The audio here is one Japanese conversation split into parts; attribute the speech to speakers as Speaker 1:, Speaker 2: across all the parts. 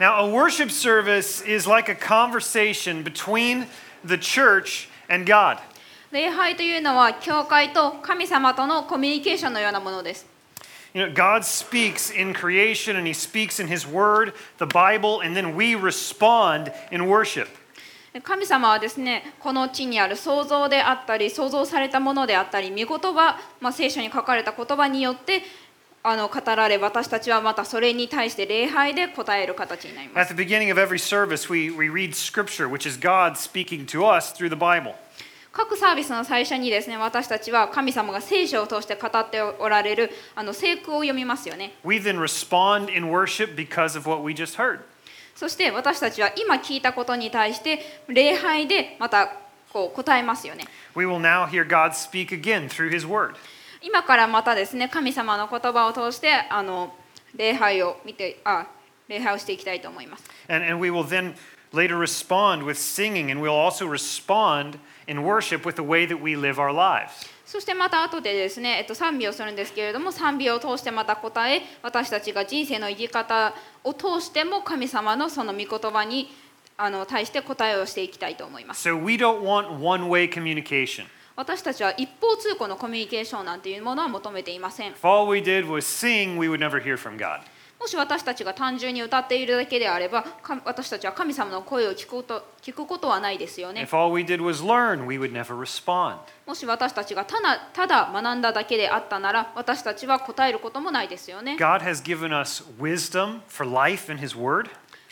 Speaker 1: Now, a worship service is like a conversation between the church and God.
Speaker 2: 礼拝というのは教会と神様とのコミュニケーションのようなものです
Speaker 1: You know, God speaks in creation and he speaks in his word, the Bible, and then we respond in worship.
Speaker 2: 神様はですねこの地にある創造であったり創造されたものであったり御言葉、まあ、聖書に書かれた言葉によってあの語られ私たちはまたそれに対して礼拝で答える形になります
Speaker 1: At the beginning of every service, we, we read scripture, which is God speaking to us through the Bible.
Speaker 2: 各サービスの最初にですね私たちは神様が聖書を通して語っておられるあの聖句を読みますよね
Speaker 1: We then respond in worship because of what we just heard.
Speaker 2: そして私たちは今聞いたことに対して礼拝でまたこう答えますよね
Speaker 1: We will now hear God speak again through his word.
Speaker 2: 今からまたですね神様の言葉を通してあの礼拝を見てあ礼拝をしていきたいと思います
Speaker 1: And, and we will then later respond with singing, and we'll also respond in worship with the way that we live our lives.
Speaker 2: そしてまた後でですね、えっと、賛美をするんですけれども賛美を通してまた答え私たちが人生の生き方を通しても神様のその御言葉にあの対して答えをしていきたいと思います
Speaker 1: So we don't want one way communication.
Speaker 2: 私たちは一方通行のコミュニケーションなんていうものは求めていません
Speaker 1: If all we did was sing, we would never hear from God.
Speaker 2: もし私たちが単純に歌っているだけであればか私たちは神様の声を聞くこと聞くことはないですよね
Speaker 1: If all we did was learn, we would never respond.
Speaker 2: もし私たちがただただ学んだだけであったなら私たちは答えることもないですよね。
Speaker 1: God has given us wisdom for life in His Word.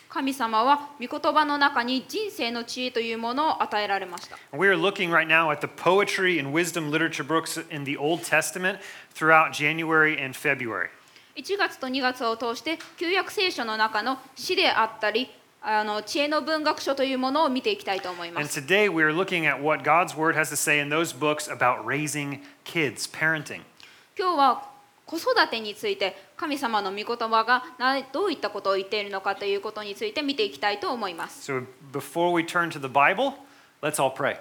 Speaker 2: 神様は御言葉の中に人生の知恵というものを与えられました。
Speaker 1: We are looking right now at the poetry and wisdom literature books in the Old Testament throughout January and February.
Speaker 2: 1月と2月を通して旧約聖書の中の詩であったりあの知恵の文学書というものを見ていきたいと思いま
Speaker 1: And
Speaker 2: す。
Speaker 1: today we are looking at what God's Word has to say in those books about raising kids, parenting.
Speaker 2: 今日は子育てについて神様の御言葉がなどういったことを言っているのかということについて見ていきたいと思います。
Speaker 1: So before we turn to the Bible, let's all pray.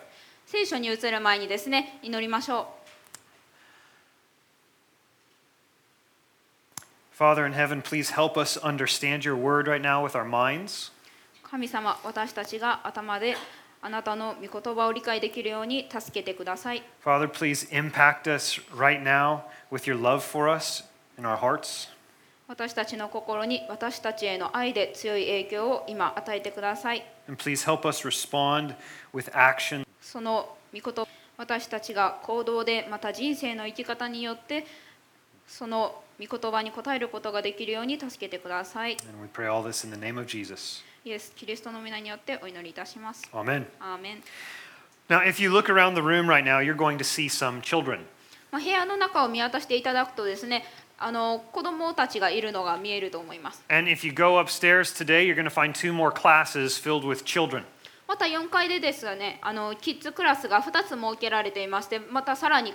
Speaker 2: 聖書に移る前にですね祈りましょう。
Speaker 1: Father in heaven, please help us understand your word right now with our minds.
Speaker 2: 神様私たちが頭であなたの御言葉を理解できるように助けてください
Speaker 1: Father, please impact us right now with your love for us in our hearts.
Speaker 2: 私たちの心に私たちへの愛で強い影響を今与えてください
Speaker 1: And please help us respond with action.
Speaker 2: その御言葉私たちが行動でまた人生の生き方によってその御言葉に応えることができるように助けてください
Speaker 1: And we pray all this in the name of Jesus.
Speaker 2: イエス・キリストの皆によってお祈りいたします
Speaker 1: Amen.
Speaker 2: アーメン、
Speaker 1: Now, if you look around the room right now, you're going to see some children.
Speaker 2: まあ、部屋の中を見渡していただくとですねあの子供たちがいるのが見えると思います
Speaker 1: And if you go upstairs today, you're going to find two more classes filled with children.
Speaker 2: また4階でですねあのキッズクラスが2つ設けられていましてまたさらに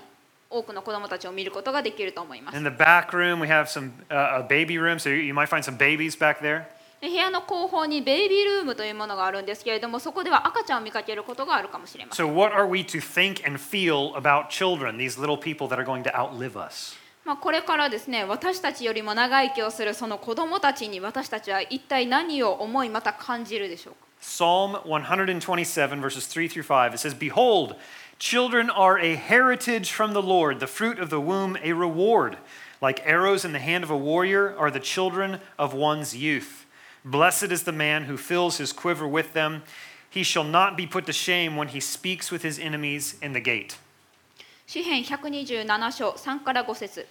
Speaker 2: 多くの子どもたちを見ることができると思います
Speaker 1: In the back room, we have some uh, a baby room, so you- you might find some babies back there.
Speaker 2: で部屋の後方にベイビールームというものがあるんですけれどもそこでは赤ちゃんを見かけることがあるかもしれません、
Speaker 1: So, what are we to think and feel about children, these little people that are going to outlive us?
Speaker 2: まあ、これからですね私たちよりも長生きをするその子どもたちに私たちは一体何を思いまた感じるでしょうか
Speaker 1: Psalm 127, verses 3 through 5, it says, Behold, children are a heritage from the Lord, the fruit of the womb, a reward. Like arrows in the hand of a warrior are the children of one's youth. Blessed is the man who fills his quiver with them. He shall not be put to shame when he speaks with his enemies in the gate.
Speaker 2: 詩篇127章3から5節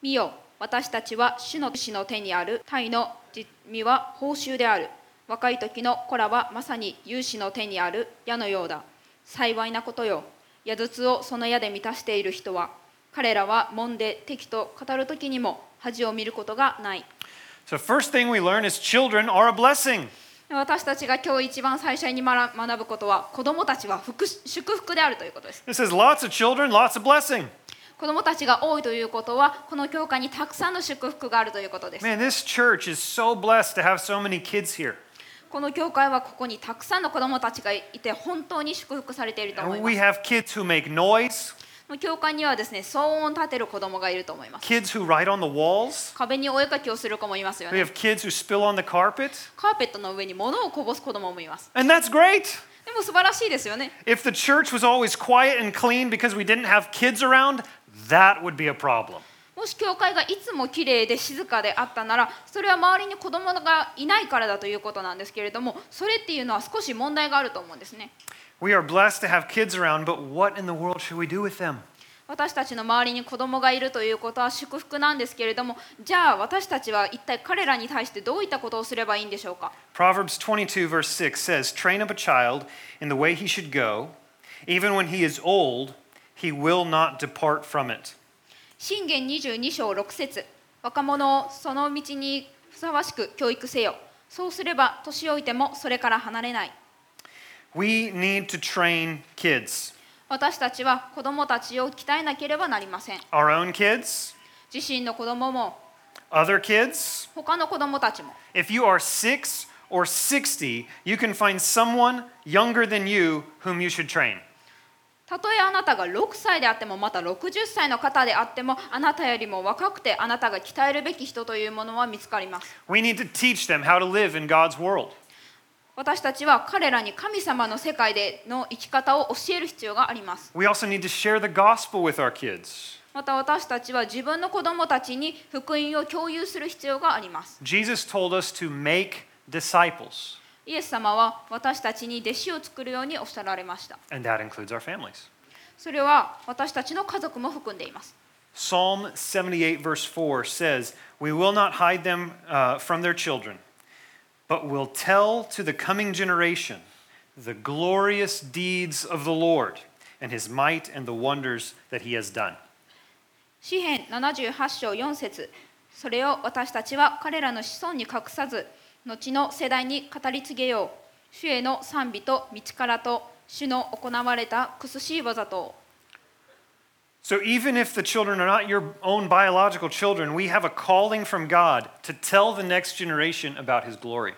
Speaker 2: 見よ私たちは主の主の手にあるタイの実味は報酬である若い時の子らはまさに勇士の手にある矢のようだ幸いなことよ矢筒をその矢で満たしている人は彼らは門で敵と語る時にも恥を見ることがない
Speaker 1: So, first thing we learn is children are a blessing.
Speaker 2: 私たちが今日一番最初に学学ぶことは子どもたちは福祝福であるということです
Speaker 1: It says lots of children, lots of blessing.
Speaker 2: 子どもたちが多いということはこの教会にたくさんの祝福があるということです
Speaker 1: Man, this church is so blessed to have so many kids here.
Speaker 2: この教会はここにたくさんの子どもたちがいて本当に祝福されていると思い
Speaker 1: And
Speaker 2: ま
Speaker 1: we
Speaker 2: す。
Speaker 1: have kids who make noise.
Speaker 2: もう教会にはですね騒音を立てる子供がいると思います
Speaker 1: kids who write on the walls.
Speaker 2: 壁にお絵かきをする子もいますよ
Speaker 1: We
Speaker 2: ね
Speaker 1: have kids who spill on the carpet.
Speaker 2: カーペットの上に物をこぼす子供もいます
Speaker 1: And that's great.
Speaker 2: でも素晴らしいですよね
Speaker 1: If the church was always quiet and clean because we didn't have kids around, that would be a problem.
Speaker 2: もし教会がいつも綺麗で静かであったならそれは周りに子供がいないからだということなんですけれどもそれっていうのは少し問題があると思うんですね
Speaker 1: We are blessed to have kids around, but what in the world should we do with them?
Speaker 2: 私たちの周りに子供がいるということは祝福なんですけれどもじゃあ私たちは一体彼らに対してどういったことをすればいいんでしょうか
Speaker 1: Proverbs 22, verse 6 says, Train up a child in the way he should go. Even when he is old, he will not depart from it.
Speaker 2: 信玄22章6節若者をその道にふさわしく教育せよそうすれば年老いてもそれから離れない
Speaker 1: We need to train kids,
Speaker 2: 私たちは子供たちを鍛えなければなりません
Speaker 1: our own kids,
Speaker 2: 自身の子供も
Speaker 1: other kids.
Speaker 2: 他の子供たちも
Speaker 1: If you are six or 60, you can find someone younger than you whom you should train.
Speaker 2: たとえあなたが6歳であってもまた60歳の方であってもあなたよりも若くてあなたが鍛えるべき人というものは見つかります
Speaker 1: We need to teach them how to live in God's world.
Speaker 2: 私たちは彼らに神様の世界での生き方を教える必要があります。
Speaker 1: We also need to share the gospel with our kids.
Speaker 2: また私たちは自分の子供たちに福音を共有する必要があります。
Speaker 1: Jesus told us to make disciples,
Speaker 2: イエス様は私たちに弟子を作るようにおっしゃられました。
Speaker 1: and that includes our families.
Speaker 2: それは私たちの家族も含んでいます。
Speaker 1: Psalm 78, verse 4 says, We will not hide them uh, from their children, but will tell to the coming generation the glorious deeds of the Lord and his might and the wonders that he has done.
Speaker 2: 詩篇78章4節それを私たちは彼らの子孫に隠さず後の世代に語り継げよう主への賛美と道からと主の行われた苦しい技とを
Speaker 1: So, even if the children are not your own biological children, we have a calling from God to tell the next generation about his glory.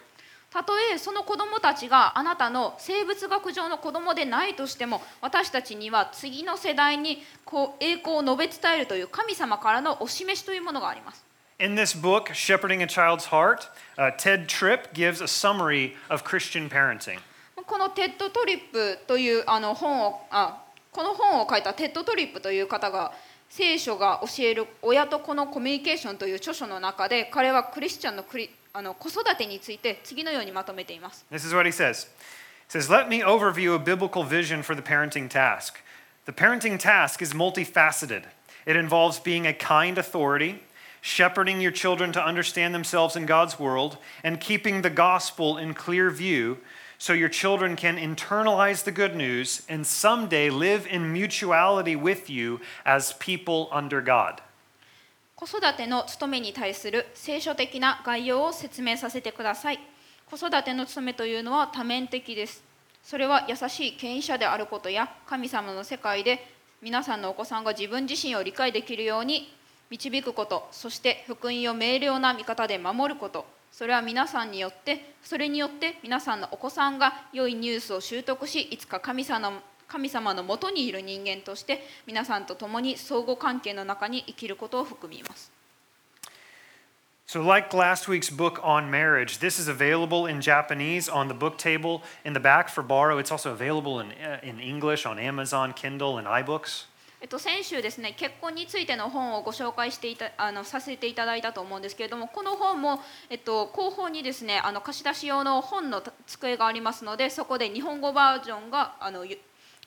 Speaker 2: たとえその子供たちがあなたの生物学上の子供でないとしても私たちには次の世代にこう栄光を述べ伝えるという神様からのお示しというものがあります
Speaker 1: In this book, Shepherding a Child's Heart, uh, Ted Tripp gives a summary of Christian parenting.
Speaker 2: このテッド・トリップというあの本をあこの本を書いたテッド・トリップという方が聖書が教える親と子のコミュニケーションという著書の中で彼はクリスチャンのクリあの子育てについて次のようにまとめています
Speaker 1: This is what he says. He says, Let me overview a biblical vision for the parenting task. The parenting task is multifaceted, it involves being a kind authority, shepherding your children to understand themselves in God's world, and keeping the gospel in clear view so your children can internalize the good news and someday live in mutuality with you as people under God.
Speaker 2: 子育ての務めに対する聖書的な概要を説明させてください子育ての務めというのは多面的ですそれは優しい権威者であることや神様の世界で皆さんのお子さんが自分自身を理解できるように導くことそして福音を明瞭な見方で守ることそれは皆さんによってそれによって皆さんのお子さんが良いニュースを習得しいつか神様の神様のもとにいる人間として皆さんと共に相互関係の中に生きることを含みます
Speaker 1: So, like last week's book on marriage, this is available in Japanese on the book table in the back for borrow. It's also available in, uh, in English on Amazon, Kindle, and iBooks.
Speaker 2: えっと、先週ですね結婚についての本をご紹介していたあのさせていただいたと思うんですけれどもこの本も、えっと、後方にですねあの貸し出し用の本のた机がありますのでそこで日本語バージョンがあのゆ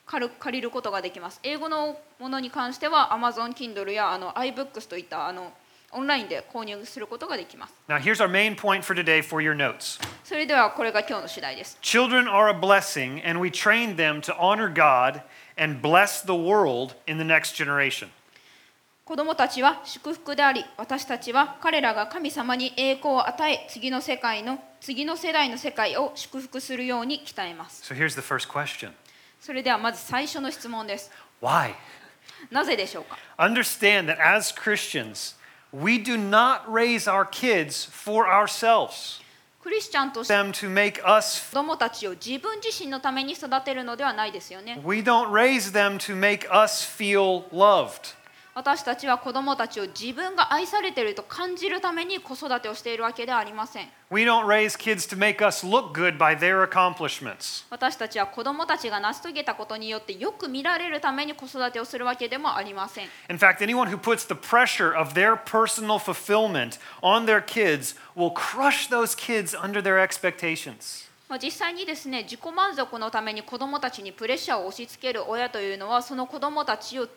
Speaker 2: 借る借りることができます英語のものに関しては Amazon Kindle やあの iBooks といったあのオンラインで購入することができます
Speaker 1: Now, here's our main point for today for your notes
Speaker 2: それではこれが今日の主題です
Speaker 1: Children are a blessing, and we train them to honor God and bless the world in the next generation.
Speaker 2: 子供たちは祝福であり私たちは彼らが神様に栄光を与え次の世界の次の世代の世界を祝福するように鍛えます
Speaker 1: So, here's the first question
Speaker 2: それではまず最初の質問です
Speaker 1: Why?
Speaker 2: なぜでしょうか
Speaker 1: Understand that as Christians, we do not raise our kids for ourselves.
Speaker 2: クリスチャンとして
Speaker 1: them to make us.
Speaker 2: 子供たちを自分自身のために育てるのではないですよね
Speaker 1: We don't raise them to make us feel loved.
Speaker 2: 私たちは子供たちを自分が愛されていると感じるために子育てをしているわけではありません
Speaker 1: We don't raise kids to make us look good by their accomplishments.
Speaker 2: 私たちは子供たちが成し遂げたことによってよく見られるために子育てをするわけでもありません
Speaker 1: In fact, anyone who puts the pressure of their personal fulfillment on their kids will crush those kids under their expectations.
Speaker 2: まあ、実際にですね自己満足のために子どもたちにプレッシャーを押し付ける親というのはその子どもたちを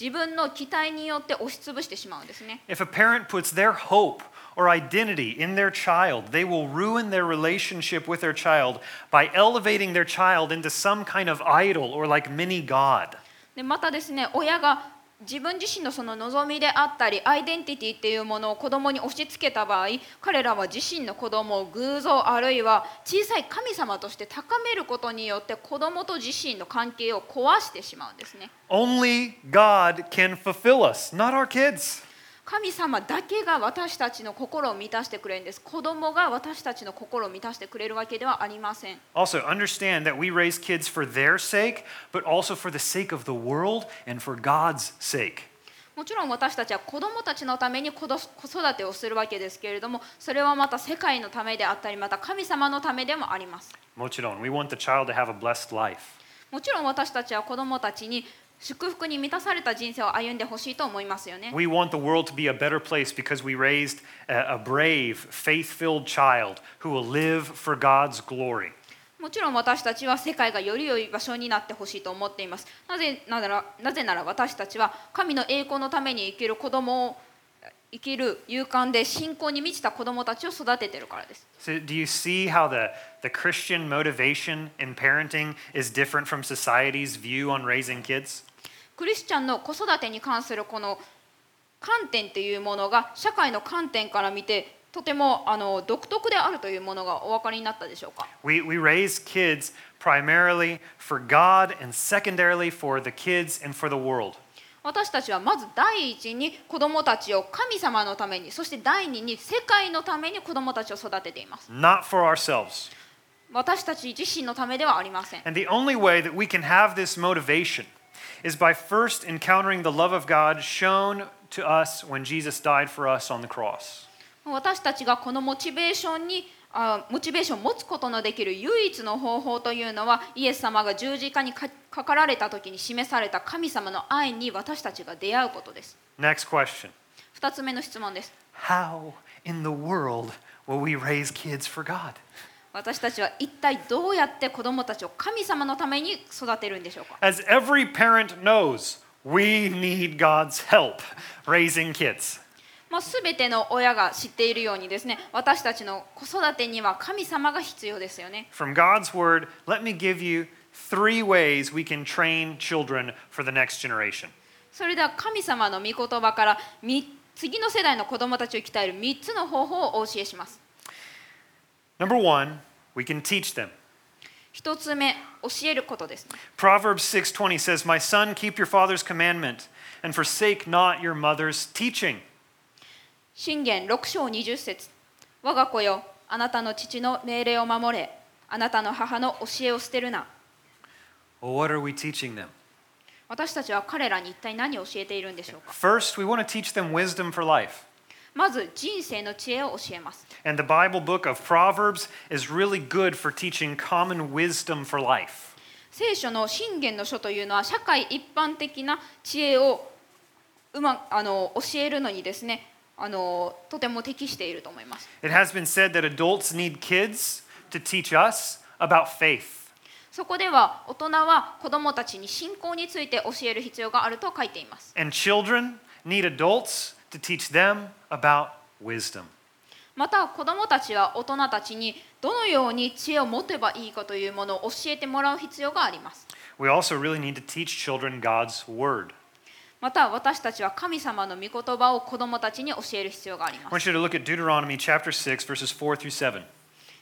Speaker 2: 自分の期待によって押しつぶしてしまうんですね
Speaker 1: If a parent puts their hope or identity in their child, they will ruin their relationship with their child by elevating their child into some kind of idol or like mini god.
Speaker 2: でまたですね親が自分自身のその望みであったりアイデンティティっていうものを子供に押し付けた場合彼らは自身の子供を偶像あるいは小さい神様として高めることによって子供と自身の関係を壊してしまうんですね
Speaker 1: Only God can fulfill us, not our kids.
Speaker 2: 神様だけが私たちの心を満たしてくれるんです子供が私たちの心を満たしてくれるわけではありません
Speaker 1: Also, understand that we raise kids for their sake, but also for the sake of the world and for God's sake.
Speaker 2: もちろん私たちは子供たちのために子ど子育てをするわけですけれどもそれはまた世界のためであったりまた神様のためでもあります
Speaker 1: Mochiron, we want the child to have a blessed life.
Speaker 2: もちろん私たちは子供たちに祝福に満たされた人生を歩んでほしいと思いますよね
Speaker 1: We want the world to be a better place because we raised a, a brave, faith filled child who will live for God's glory.
Speaker 2: もちろん私たちは世界がより良い場所になってほしいと思っています。なぜならなぜなら私たちは神の栄光のために生きる子供を生きる勇敢で信仰に満ちた子供たちを育てているからです。
Speaker 1: So, do you see how the, the Christian motivation in parenting is different from society's view on raising kids?
Speaker 2: クリスチャンの子育てに関するこの観点というものが社会の観点から見てとてもあの独特であるというものがお分かりになったでしょうか。
Speaker 1: We, we raise kids primarily for God and secondarily for the kids and for the world.
Speaker 2: 私たちはまず第一に子供たちを神様のためにそして第二に世界のために子供たちを育てています。
Speaker 1: not for ourselves.
Speaker 2: 私たち自身のためではありません
Speaker 1: And the only way that we can have this motivation is by first encountering the love of God shown to us when Jesus died for us on the cross.
Speaker 2: 私たちがこのモチベーションにあモチベーションを持つことのできる唯一の方法というのはイエス様が十字架にかかかられた時に示された神様の愛に私たちが出会うことです
Speaker 1: Next question
Speaker 2: 2つ目の質問です
Speaker 1: How in the world will we raise kids for God?
Speaker 2: 私たちは一体どうやって子供たちを神様のために育てるんでしょうか
Speaker 1: As every parent knows, we need God's help raising kids.
Speaker 2: まあ、全ての親が知っているようにですね私たちの子育てには神様が必要ですよね
Speaker 1: From God's word, let me give you three ways we can train children for the next generation.
Speaker 2: それでは神様の御言葉からみ次の世代の子供たちを鍛える3つの方法をお教えします。
Speaker 1: Number one, we can teach them.
Speaker 2: 1つ目、教えることです、ね。
Speaker 1: Proverbs 6:20 says, "My son, keep your father's commandment and forsake not your mother's teaching."
Speaker 2: 信玄6章20節我が子よ、あなたの父の命令を守れ、あなたの母の教えを捨てるな。
Speaker 1: Well, what are we teaching them?
Speaker 2: 私たちは彼らに一体何を教えているんでしょうか
Speaker 1: First, we want to teach them wisdom for life.
Speaker 2: まず人生の知恵を教えます。
Speaker 1: And the Bible book of Proverbs is really good for teaching common wisdom for life.
Speaker 2: 聖書の信玄の書というのは社会一般的な知恵をうまあの教えるのにですねあのとても適していると思います。
Speaker 1: It has been said that adults need kids to teach us about faith.
Speaker 2: そこでは大人は子どもたちに信仰について教える必要があると書いています。
Speaker 1: And children need adults to teach them about wisdom.
Speaker 2: また子どもたちは大人たちにどのように知恵を持てばいいかというものを教えてもらう必要があります。
Speaker 1: We also really need to teach children God's word.
Speaker 2: また私たちは神様の御言葉を子どもたちに教える必要がありま
Speaker 1: I
Speaker 2: す。
Speaker 1: want you to look at Deuteronomy chapter 6, verses 4 through 7. It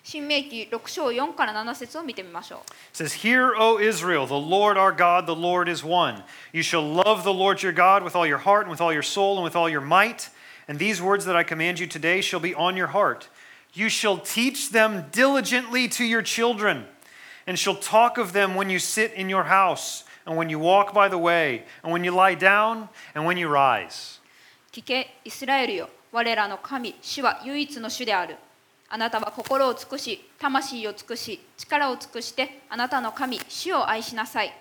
Speaker 2: 新明記6章4から7節を見てみましょう。
Speaker 1: says, Hear, O Israel, the Lord our God, the Lord is one. You shall love the Lord your God with all your heart, and with all your soul, and with all your might. And these words that I command you today shall be on your heart. You shall teach them diligently to your children, and shall talk of them when you sit in your house, and when you walk by the way, and when you lie down, and when you rise.
Speaker 2: 聞け、イスラエルよ、我らの神、主は唯一の主である。あなたは心を尽くし、魂を尽くし、力を尽くして、あなたの神、主を愛しなさい。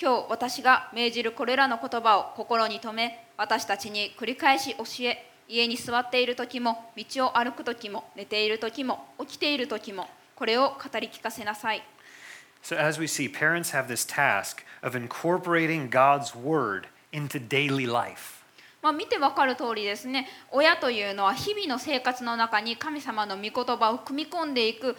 Speaker 2: 今日、私が命じるこれらの言葉を心に留め、私たちに繰り返し教え、家に座っている時も、道を歩く時も、寝ている時も、起きている時も、これを語り聞かせなさい。
Speaker 1: So, as we see, parents have this task of incorporating God's word into daily life.
Speaker 2: まあ、見てわかる通りですね親というのは日々の生活の中に神様の御言葉を組み込んでいく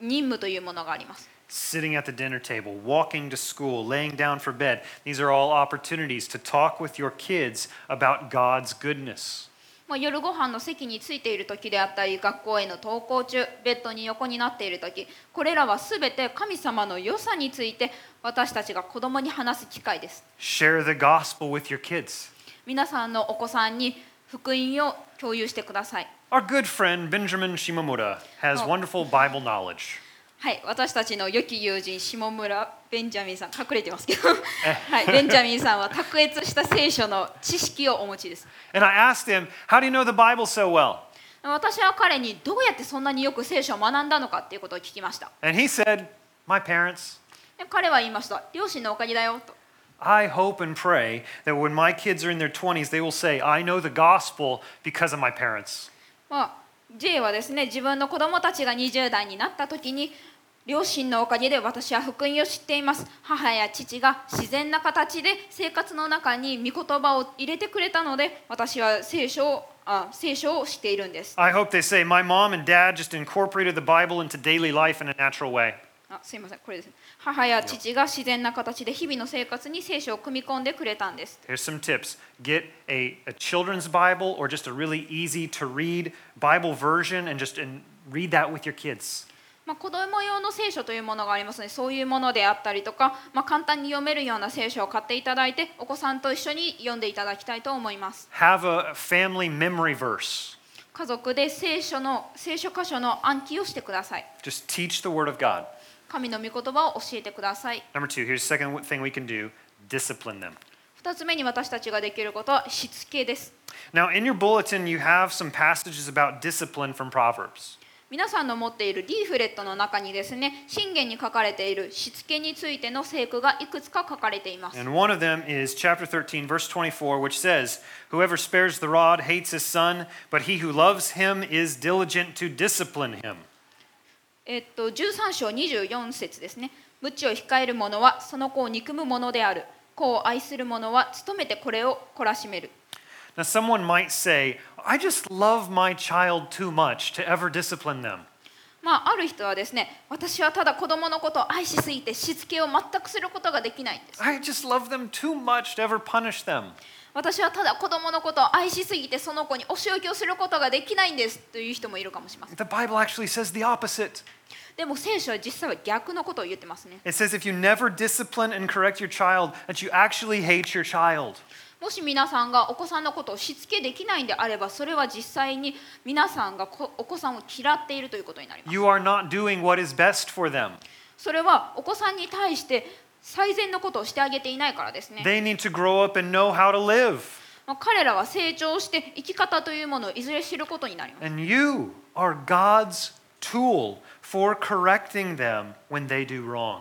Speaker 2: 任務というものがあります
Speaker 1: Sitting at the dinner table, walking to school, laying down for bed, these are all opportunities to talk with your kids about God's goodness.
Speaker 2: まあ、夜ご飯の席についている時であったり学校への登校中ベッドに横になっている時これらは全て神様の良さについて私たちが子供に話す機会です
Speaker 1: Share the gospel with your kids.
Speaker 2: 皆さんのお子さんに福音を共有してください
Speaker 1: Our good friend Benjamin Shimamura has
Speaker 2: Oh.
Speaker 1: wonderful Bible knowledge.
Speaker 2: はい、私たちの良き友人下村ベンジャミンさん隠れてますけど、はい、ベンジャミンさんは卓越した聖書の知識をお持ちです
Speaker 1: And I asked him, How do you know the Bible so well?
Speaker 2: 私は彼にどうやってそんなによく聖書を学んだのかっていうことを聞きました。
Speaker 1: And he said, My parents.
Speaker 2: で彼は言いました。両親のおかげだよと。
Speaker 1: I hope and pray that when my kids are in their 20s, they will say, I know the gospel because of my parents.
Speaker 2: まあ、J はですね、自分の子供たちが20代になった時に、両親のおかげで私は福音を知っています。母や父が自然な形で生活の中に御言葉を入れてくれたので、私は聖書をあ聖書を知っているんです。
Speaker 1: I hope they say, My mom and dad just incorporated the Bible into daily life in a natural way.
Speaker 2: あすいません、これですね。母や父が自然な形で日々の生活に聖書を組み込んでくれたんです。
Speaker 1: Here's some tips get a, a children's Bible or just a really easy to read Bible version and just and read that with your kids.
Speaker 2: まあ、子供用の聖書というものがありますのでそういうものであったりとか、まあ、簡単に読めるような聖書を買っていただいてお子さんと一緒に読んでいただきたいと思います
Speaker 1: Have a family memory verse.
Speaker 2: 家族で聖書の聖書箇所の暗記をしてください
Speaker 1: Just teach the Word of God.
Speaker 2: 神の御言葉を教えてください
Speaker 1: Number two, here's the second thing we can do discipline them.
Speaker 2: 2つ目に私たちができることはしつけです
Speaker 1: Now, in your bulletin, you have some passages about discipline from Proverbs.
Speaker 2: 皆さんの持っているリーフレットの中にですね信玄に書かれているしつけについての聖句がいくつか書かれています
Speaker 1: And one of them is chapter 13, verse 24, which says, Whoever spares the rod hates his son, but he who loves him is diligent to discipline him.
Speaker 2: えっと、13章24節ですね。無知を控える者はその子を憎む者である。子を愛する者は努めてこれを懲らしめる。
Speaker 1: Now, someone might say, I just love my child too much to ever discipline them.
Speaker 2: まあ、ある人はですね、私はただ子供のことを愛しすぎてしつけを全くすることができないんです。
Speaker 1: I just love them too much to ever punish them.
Speaker 2: 私はただ子供のことを愛しすぎてその子にお仕置きをすることができないんですという人もいるかもしれません。
Speaker 1: The Bible actually says the opposite.
Speaker 2: でも聖書は実際は逆のことを言ってますね。
Speaker 1: It says if you never discipline and correct your child, that you actually hate your child.
Speaker 2: もし皆さんがお子さんのことをしつけできないんであれば、それは実際に皆さんがこお子さんを嫌っているということになります。
Speaker 1: You are not doing what is best for them.
Speaker 2: それはお子さんに対して最善のことをしてあげていないからですね。
Speaker 1: They need to grow up and know how to live.
Speaker 2: まあ彼らは成長して生き方というものをいずれ知ることになります。
Speaker 1: And you are God's tool for correcting them when they do wrong.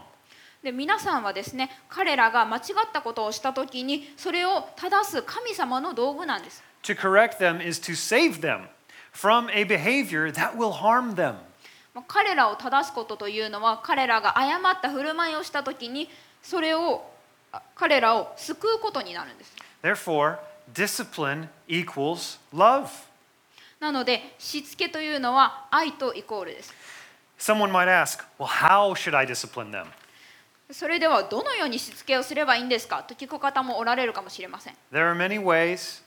Speaker 2: で皆さんはですね、彼らが間違ったことをした時にそれを正す神様の道具なんです。
Speaker 1: To correct them is to save them from a behavior that will harm them.
Speaker 2: まあ彼らを正すことというのは彼らが誤った振る舞いをした時にそれをあ彼らを救うことになるんです。
Speaker 1: Therefore, discipline equals love.
Speaker 2: なのでしつけというのは愛とイコールです。
Speaker 1: Someone might ask, well, how should I discipline them?
Speaker 2: それではどのようにしつけをすればいいんですかと聞く方もおられるかもしれません。
Speaker 1: There are many ways.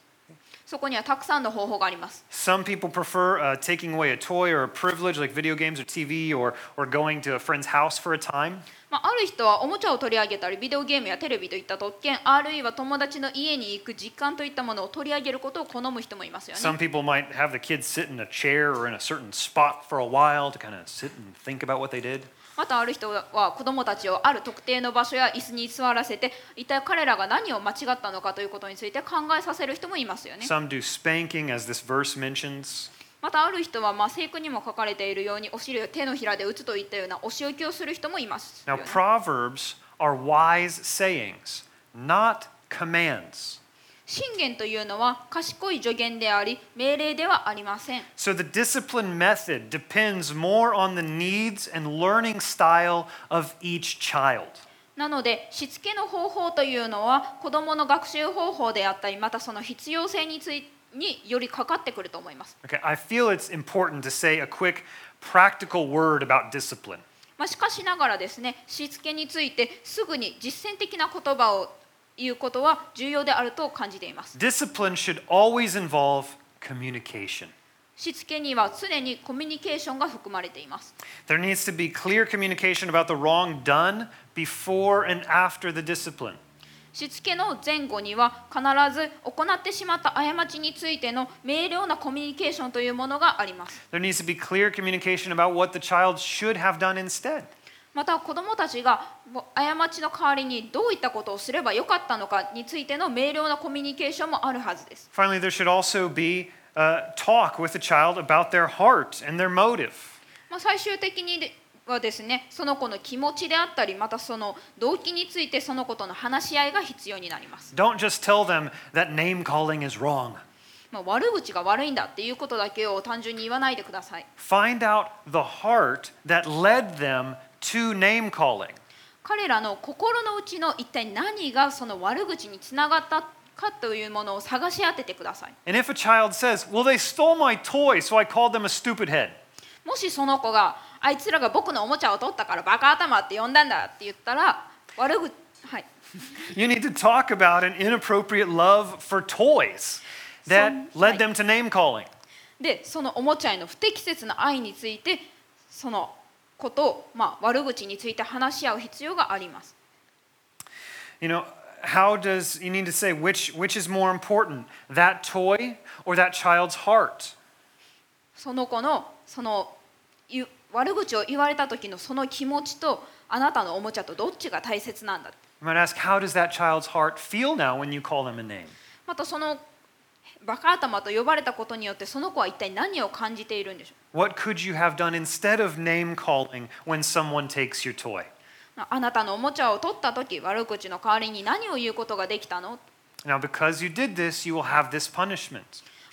Speaker 2: そこにはたくさんの方法があります
Speaker 1: Some people prefer uh, taking away a toy or a privilege like video games or TV or, or going to a friend's house for a time.
Speaker 2: まあ、ある人はおもちゃを取り上げたりビデオゲームやテレビといった特権あるいは友達の家に行く実感といったものを取り上げることを好む人もいますよ
Speaker 1: Some
Speaker 2: ね
Speaker 1: people might have the kids sit in a chair or in a certain spot for a while to kind of sit and think about what they did.
Speaker 2: またある人は子どもたちをある特定の場所や椅子に座らせて一体彼らが何を間違ったのかということについて考えさせる人もいますよね
Speaker 1: Some do spanking, as this verse mentions.
Speaker 2: またある人はまあ聖句にも書かれているようにお尻を手のひらで打つといったようなお仕置きをする人もいますよ
Speaker 1: Now,
Speaker 2: ね
Speaker 1: proverbs are wise sayings, not commands.
Speaker 2: 信玄というのは賢い助言であり命令ではありません
Speaker 1: So the discipline method depends more on the needs and learning style of each child.
Speaker 2: なのでしつけの方法というのは子どもの学習方法であったりまたその必要性についによりかかってくると思います、
Speaker 1: Okay, I feel it's important to say a quick practical word about discipline.
Speaker 2: まあ、しかしながらですねしつけについてすぐに実践的な言葉を言うことは重要であると感じています
Speaker 1: Discipline should always involve communication.
Speaker 2: しつけには常にコミュニケーションが含まれています
Speaker 1: There needs to be clear communication about the wrong done before and after the discipline.
Speaker 2: しつけの前後には必ず行ってしまった過ちについての明瞭なコミュニケーションというものがあります
Speaker 1: There needs to be clear communication about what the child should have done instead.
Speaker 2: また子どもたちがも過ちの代わりにどういったことをすればよかったのかについての明瞭なコミュニケーションもあるはずです
Speaker 1: Finally, there should also be uh, talk with the child about their heart and their motive.
Speaker 2: まあ、最終的にはですねその子の気持ちであったりまたその動機についてその子との話し合いが必要になります、
Speaker 1: Don't just tell them that name calling is wrong.
Speaker 2: まあ、悪口が悪いんだっていうことだけを単純に言わないでください
Speaker 1: Find out the heart that led them to name calling.
Speaker 2: 彼らの心の内の一体何がその悪口につながったかというものを探し当ててください
Speaker 1: And if a child says, Well, they stole my toy, so I called them a stupid head,
Speaker 2: もしその子があいつらが僕のおもちゃを取ったからバカ頭って呼んだんだって言ったら悪口はい、
Speaker 1: you need to talk about an inappropriate love for toys that
Speaker 2: Some-
Speaker 1: led them to name calling.
Speaker 2: でそのおもちゃへの不適切な愛についてそのことを、まあ、悪口について話し合う必要があります、
Speaker 1: You know, how does you need to say which which is more important, that toy or that child's heart?
Speaker 2: その子のその言う悪口を言われた時のその気持ちとあなたのおもちゃとどっちが大切なんだ
Speaker 1: You might ask, how does that child's heart feel now when you call them a name?
Speaker 2: またそのバカ頭と呼ばれたことによってその子は一体何を感じているんでしょ
Speaker 1: What could you have done instead of name calling when someone takes your toy?
Speaker 2: うあなたのおもちゃを取った時悪口の代わりに何を言うことができたの
Speaker 1: Now, because you did this, you will have this punishment.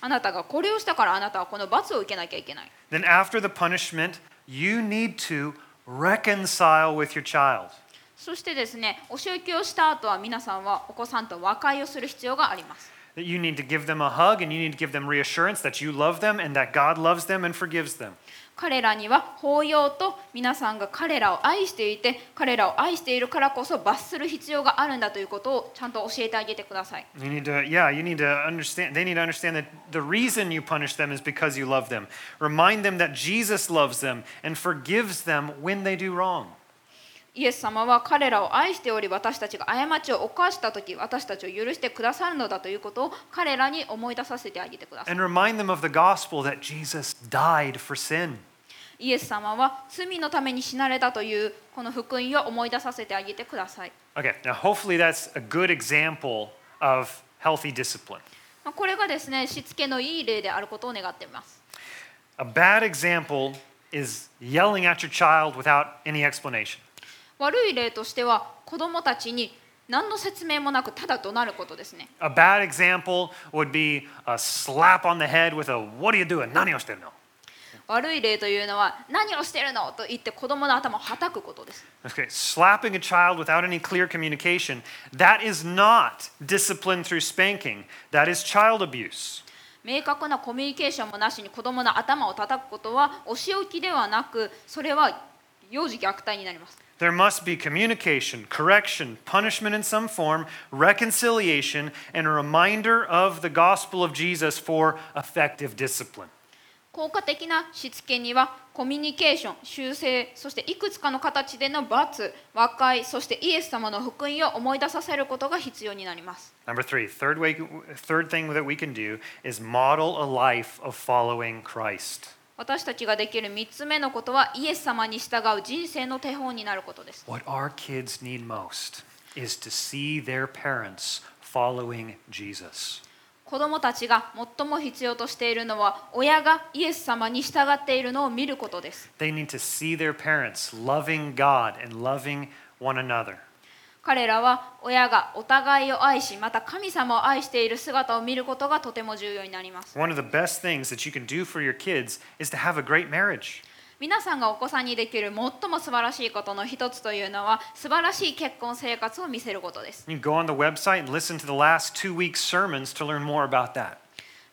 Speaker 2: あなたがこれをしたからあなたはこの罰を受けなきゃいけない
Speaker 1: Then, after the punishment, you need to reconcile with your child.
Speaker 2: そしてですねお仕置きをした後は皆さんはお子さんと和解をする必要があります、
Speaker 1: That you need to give them a hug and you need to give them reassurance that you love them and that God loves them and forgives them.
Speaker 2: 彼らには抱擁と皆さんが彼らを愛していて彼らを愛しているからこそ罰する必要があるんだということをちゃんと教えてあげてください
Speaker 1: You need to, yeah, you need to understand, they need to understand that the reason you punish them is because you love them. Remind them that Jesus loves them and forgives them when they do wrong.
Speaker 2: イエス様は彼らを愛しており私たちが過ちを犯した時私たちを許してくださるのだということを彼らに思い出させてあげてください
Speaker 1: And remind them of the gospel that Jesus died for sin.
Speaker 2: イエス様は罪のために死なれたというこの福音を思い出させてあげてください
Speaker 1: Okay, now hopefully that's a good example of healthy discipline.
Speaker 2: まあこれがですねしつけのいい例であることを願っています
Speaker 1: A bad example is yelling at your child without any explanation.
Speaker 2: 悪い例としては子どもたちに何の説明もなくただ怒鳴ることですね
Speaker 1: A bad example would be a slap on the head with a what are you doing? 何をしてるの?
Speaker 2: 悪い例というのは何をしてるのと言って子どもの頭をはたくことです
Speaker 1: Okay, slapping a child without any clear communication, that is not discipline through spanking. That is child abuse.
Speaker 2: 明確なコミュニケーションもなしに子どもの頭を叩くことはお仕置きではなくそれは幼児虐待になります
Speaker 1: There must be communication, correction, punishment in some form, reconciliation, and a reminder of the gospel of Jesus for effective discipline.
Speaker 2: 効果的なしつけにはコミュニケーション修正そしていくつかの形での罰和解そしてイエス様の福音を思い出させることが必要になります
Speaker 1: Number three, third, way, third thing that we can do is model a life of following Christ.
Speaker 2: 私たちができる3つ目のことはイエス様に従う人生の手本になることです
Speaker 1: What our kids need most is to see their parents following Jesus.
Speaker 2: 子どもたちが最も必要としているのは親がイエス様に従っているのを見ることです
Speaker 1: They need to see their parents loving God and loving one another.
Speaker 2: 彼らは親がお互いを愛しまた神様を愛している姿を見ることがとても重要になります
Speaker 1: One of the best things that you can do for your kids is to have a great marriage.
Speaker 2: 皆さんがお子さんにできる最も素晴らしいことの一つというのは素晴らしい結婚生活を見せることです、
Speaker 1: You can go on the website and listen to the last two weeks' sermons to learn more about that.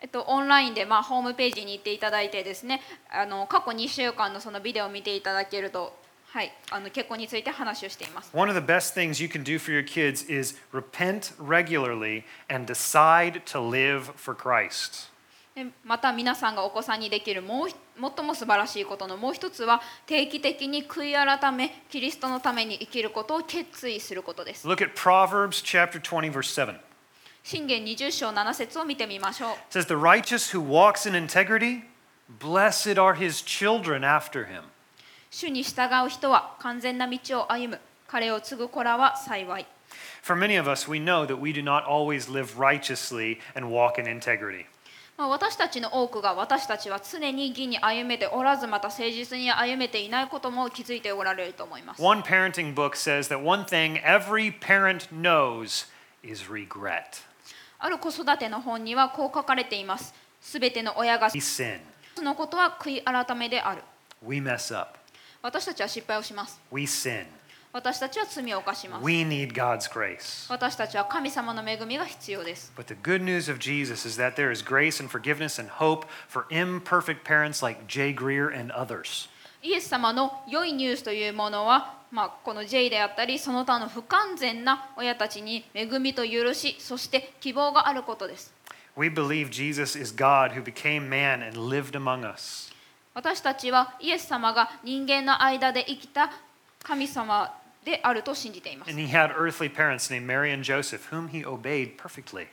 Speaker 2: えっと、オンラインで、まあ、ホームページに行っていただいてですねあの過去2週間のそのビデオを見ていただけると、はい、あの結婚について話をしています
Speaker 1: One of the best things you can do for your kids is repent regularly and decide to live for Christ.
Speaker 2: でまた皆さんがお子さんにできるもうひ最も素晴らしいことのもう一つは定期的に悔い改めキリストのために生きることを決意することです
Speaker 1: Look at Proverbs chapter 20 verse 7. It
Speaker 2: 信玄20章7節を見てみましょう
Speaker 1: says the righteous who walks in integrity, blessed are his children after him.
Speaker 2: 主に従う人は完全な道を歩む彼を継ぐ子らは幸い
Speaker 1: For many of us, we know that we do not always live righteously and walk in integrity.
Speaker 2: まあ私たちの多くが私たちは常に義に歩めておらずまた誠実に歩めていないことも気づいておられると思います
Speaker 1: One parenting book says that one thing every parent knows is regret.
Speaker 2: ある子育ての本にはこう書かれていますすべての親が
Speaker 1: We sin.
Speaker 2: そのことは悔い改めである
Speaker 1: We mess up.
Speaker 2: 私たちは失敗をします
Speaker 1: We sin.
Speaker 2: 私たちは罪を犯します
Speaker 1: We need God's grace.
Speaker 2: 私たちは神様の恵みが必要です
Speaker 1: But the good news of Jesus is that there is grace and forgiveness and hope for imperfect parents like Jay Greer and others.
Speaker 2: イエス様の良いニュースというものは、まあ、この J であったりその他の不完全な親たちに恵みと許しそして希望があることです
Speaker 1: We believe Jesus is God who became man and lived among us.
Speaker 2: 私たちはイエス様が人間の間で生きた神様であると信じています
Speaker 1: And he had earthly parents named Mary and Joseph, whom he obeyed perfectly.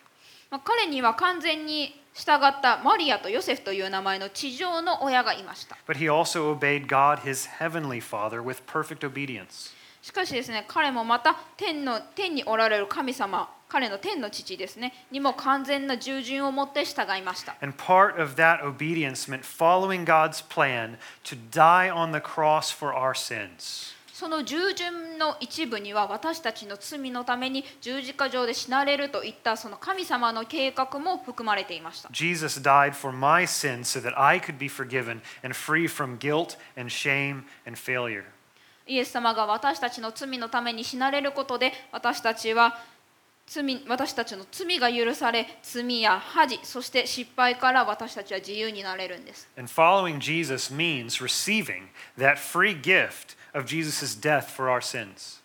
Speaker 2: まあ彼には完全に従ったマリアとヨセフという名前の地上の親がいました
Speaker 1: But he also obeyed God, his heavenly Father, with perfect obedience.
Speaker 2: しかしですね彼もまた天の天におられる神様彼の天の父ですねにも完全な従順をもって従いました
Speaker 1: And part of that obedience meant following God's plan to die on the cross for our sins.
Speaker 2: その従順の一部には私たちの罪のために十字架上で死なれるといったその神様の計画も含まれていました
Speaker 1: Jesus died for my sins so that I could be forgiven and free from guilt and shame and failure.
Speaker 2: イエス様が私たちの罪のために死なれることで私たちは罪私たちの罪が許され罪や恥そして失敗から私たちは自由になれるんです
Speaker 1: And following Jesus means receiving that free gift of Jesus' death for our sins.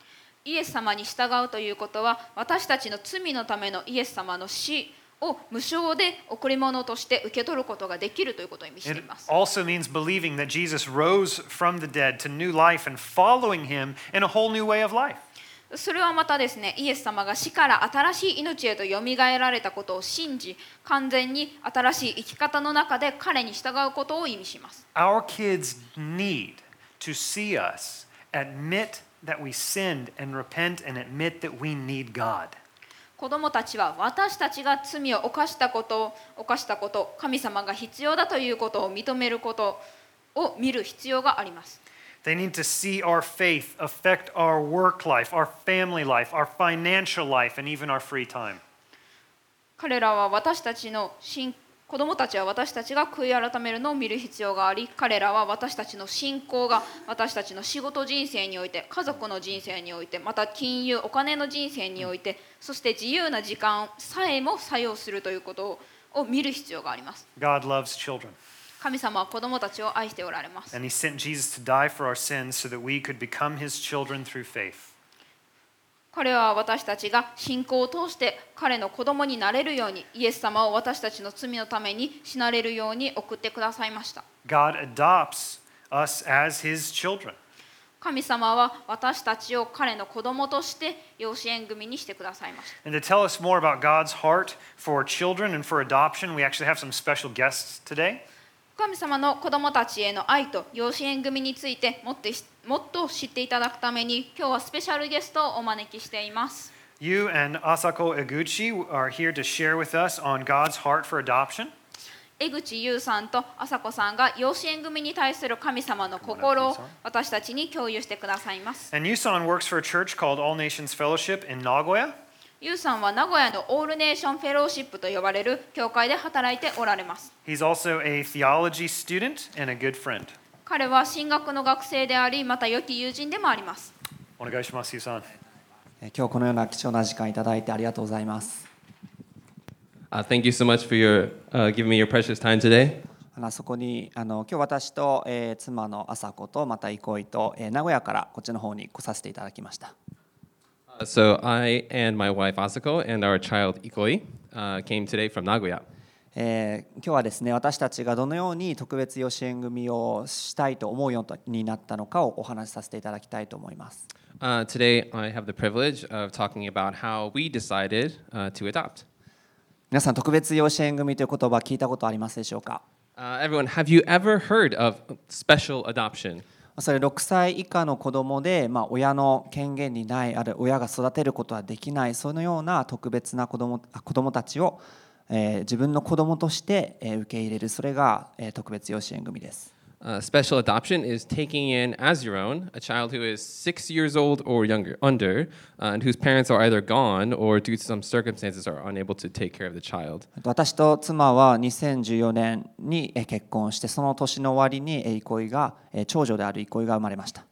Speaker 2: イエス様に従うということは私たちの罪のためのイエス様の死を無償で贈り物として受け取ることができるということを意味して
Speaker 1: It
Speaker 2: います
Speaker 1: also means believing that Jesus rose from the dead to new life and following him in a whole new way of life.
Speaker 2: それはまたですねイエス様が死から新しい命へとよみがえられたことを信じ完全に新しい生き方の中で彼に従うことを意味します
Speaker 1: Our kids need to see us admit that we sinned and repent and admit that we need God.
Speaker 2: 子供たちは私たちが罪を犯したことを犯したこと神様が必要だということを認めることを見る必要があります
Speaker 1: They need to see our faith affect our work life, our family life, our financial life, and even our free time.
Speaker 2: 彼らは私たちの信子供たちは私たちが悔い改めるのを見る必要があり彼らは私たちの信仰が私たちの仕事人生において家族の人生においてまた金融お金の人生においてそして自由な時間さえも作用するということをを見る必要があります
Speaker 1: God loves children.
Speaker 2: 神様は子供たちを愛しておられます
Speaker 1: And he sent Jesus to die for our sins so that we could become his children through faith.
Speaker 2: 彼は私たちが信仰を通して彼の子供になれるようにイエス様を私たちの罪のために死なれるように送ってくださいました
Speaker 1: God adopts us as his children.
Speaker 2: 神様は私たちを彼の子供として養子縁組にしてくださいました
Speaker 1: And to tell us more about God's heart for children and for adoption, we actually have some special guests today.
Speaker 2: 神様の子供たちへの愛と養子縁組についてもっとしもっと知っていただくために今日はスペシャルゲストをお招きしています
Speaker 1: You and Asako Eguchi are here to share with us on God's heart for adoption.
Speaker 2: 江口優さんと朝子さんが養子縁組に対する神様の心を私たちに共有してくださいます。
Speaker 1: And Yusan works for a church called All Nations Fellowship in Nagoya.
Speaker 2: 優さんは名古屋のオールネーションフェローシップと呼ばれる教会で働いておられます。
Speaker 1: He's also a theology student and a good friend.
Speaker 2: 彼は進学の学生であり、また良き友人でもあります。
Speaker 1: Onegaishimasu, Yusan.
Speaker 3: えー今日このような貴重な時間いただいてありがとうございます。
Speaker 4: Uh, thank you so much for your uh, giving me your precious time today.
Speaker 3: あのそこにあの今日私と、えー妻の朝子とまた憩いと、えー名古屋からこっちの方に来させていただきました。
Speaker 4: Uh, so I and my wife Asako and our child Ikoi uh, came today from Nagoya.
Speaker 3: えー今日はですね私たちがどのように特別養子縁組をしたいと思うようになったのかをお話しさせていただきたいと思います。
Speaker 4: Uh, today I have the privilege of talking about how we decided uh, to adopt.
Speaker 3: 皆さん特別養子縁組という言葉聞いたことありますでしょうか
Speaker 4: Uh, everyone, have you ever heard of special adoption?
Speaker 3: それ6歳以下の子供でまあ、親の権限にないあるいは親が育てることはできないそのような特別な子供あ子供たちを、えー自分の子供として、えー受け入れるそれが、えー特別養子縁組です、
Speaker 4: Uh, special adoption is taking in as your own a child who is six years old or younger under, uh, and whose parents are either gone or due to some circumstances are unable to take care of the child.
Speaker 3: 私と妻は2014年にえー結婚してその年の終わりにえー憩いがえー長女である憩いが生まれました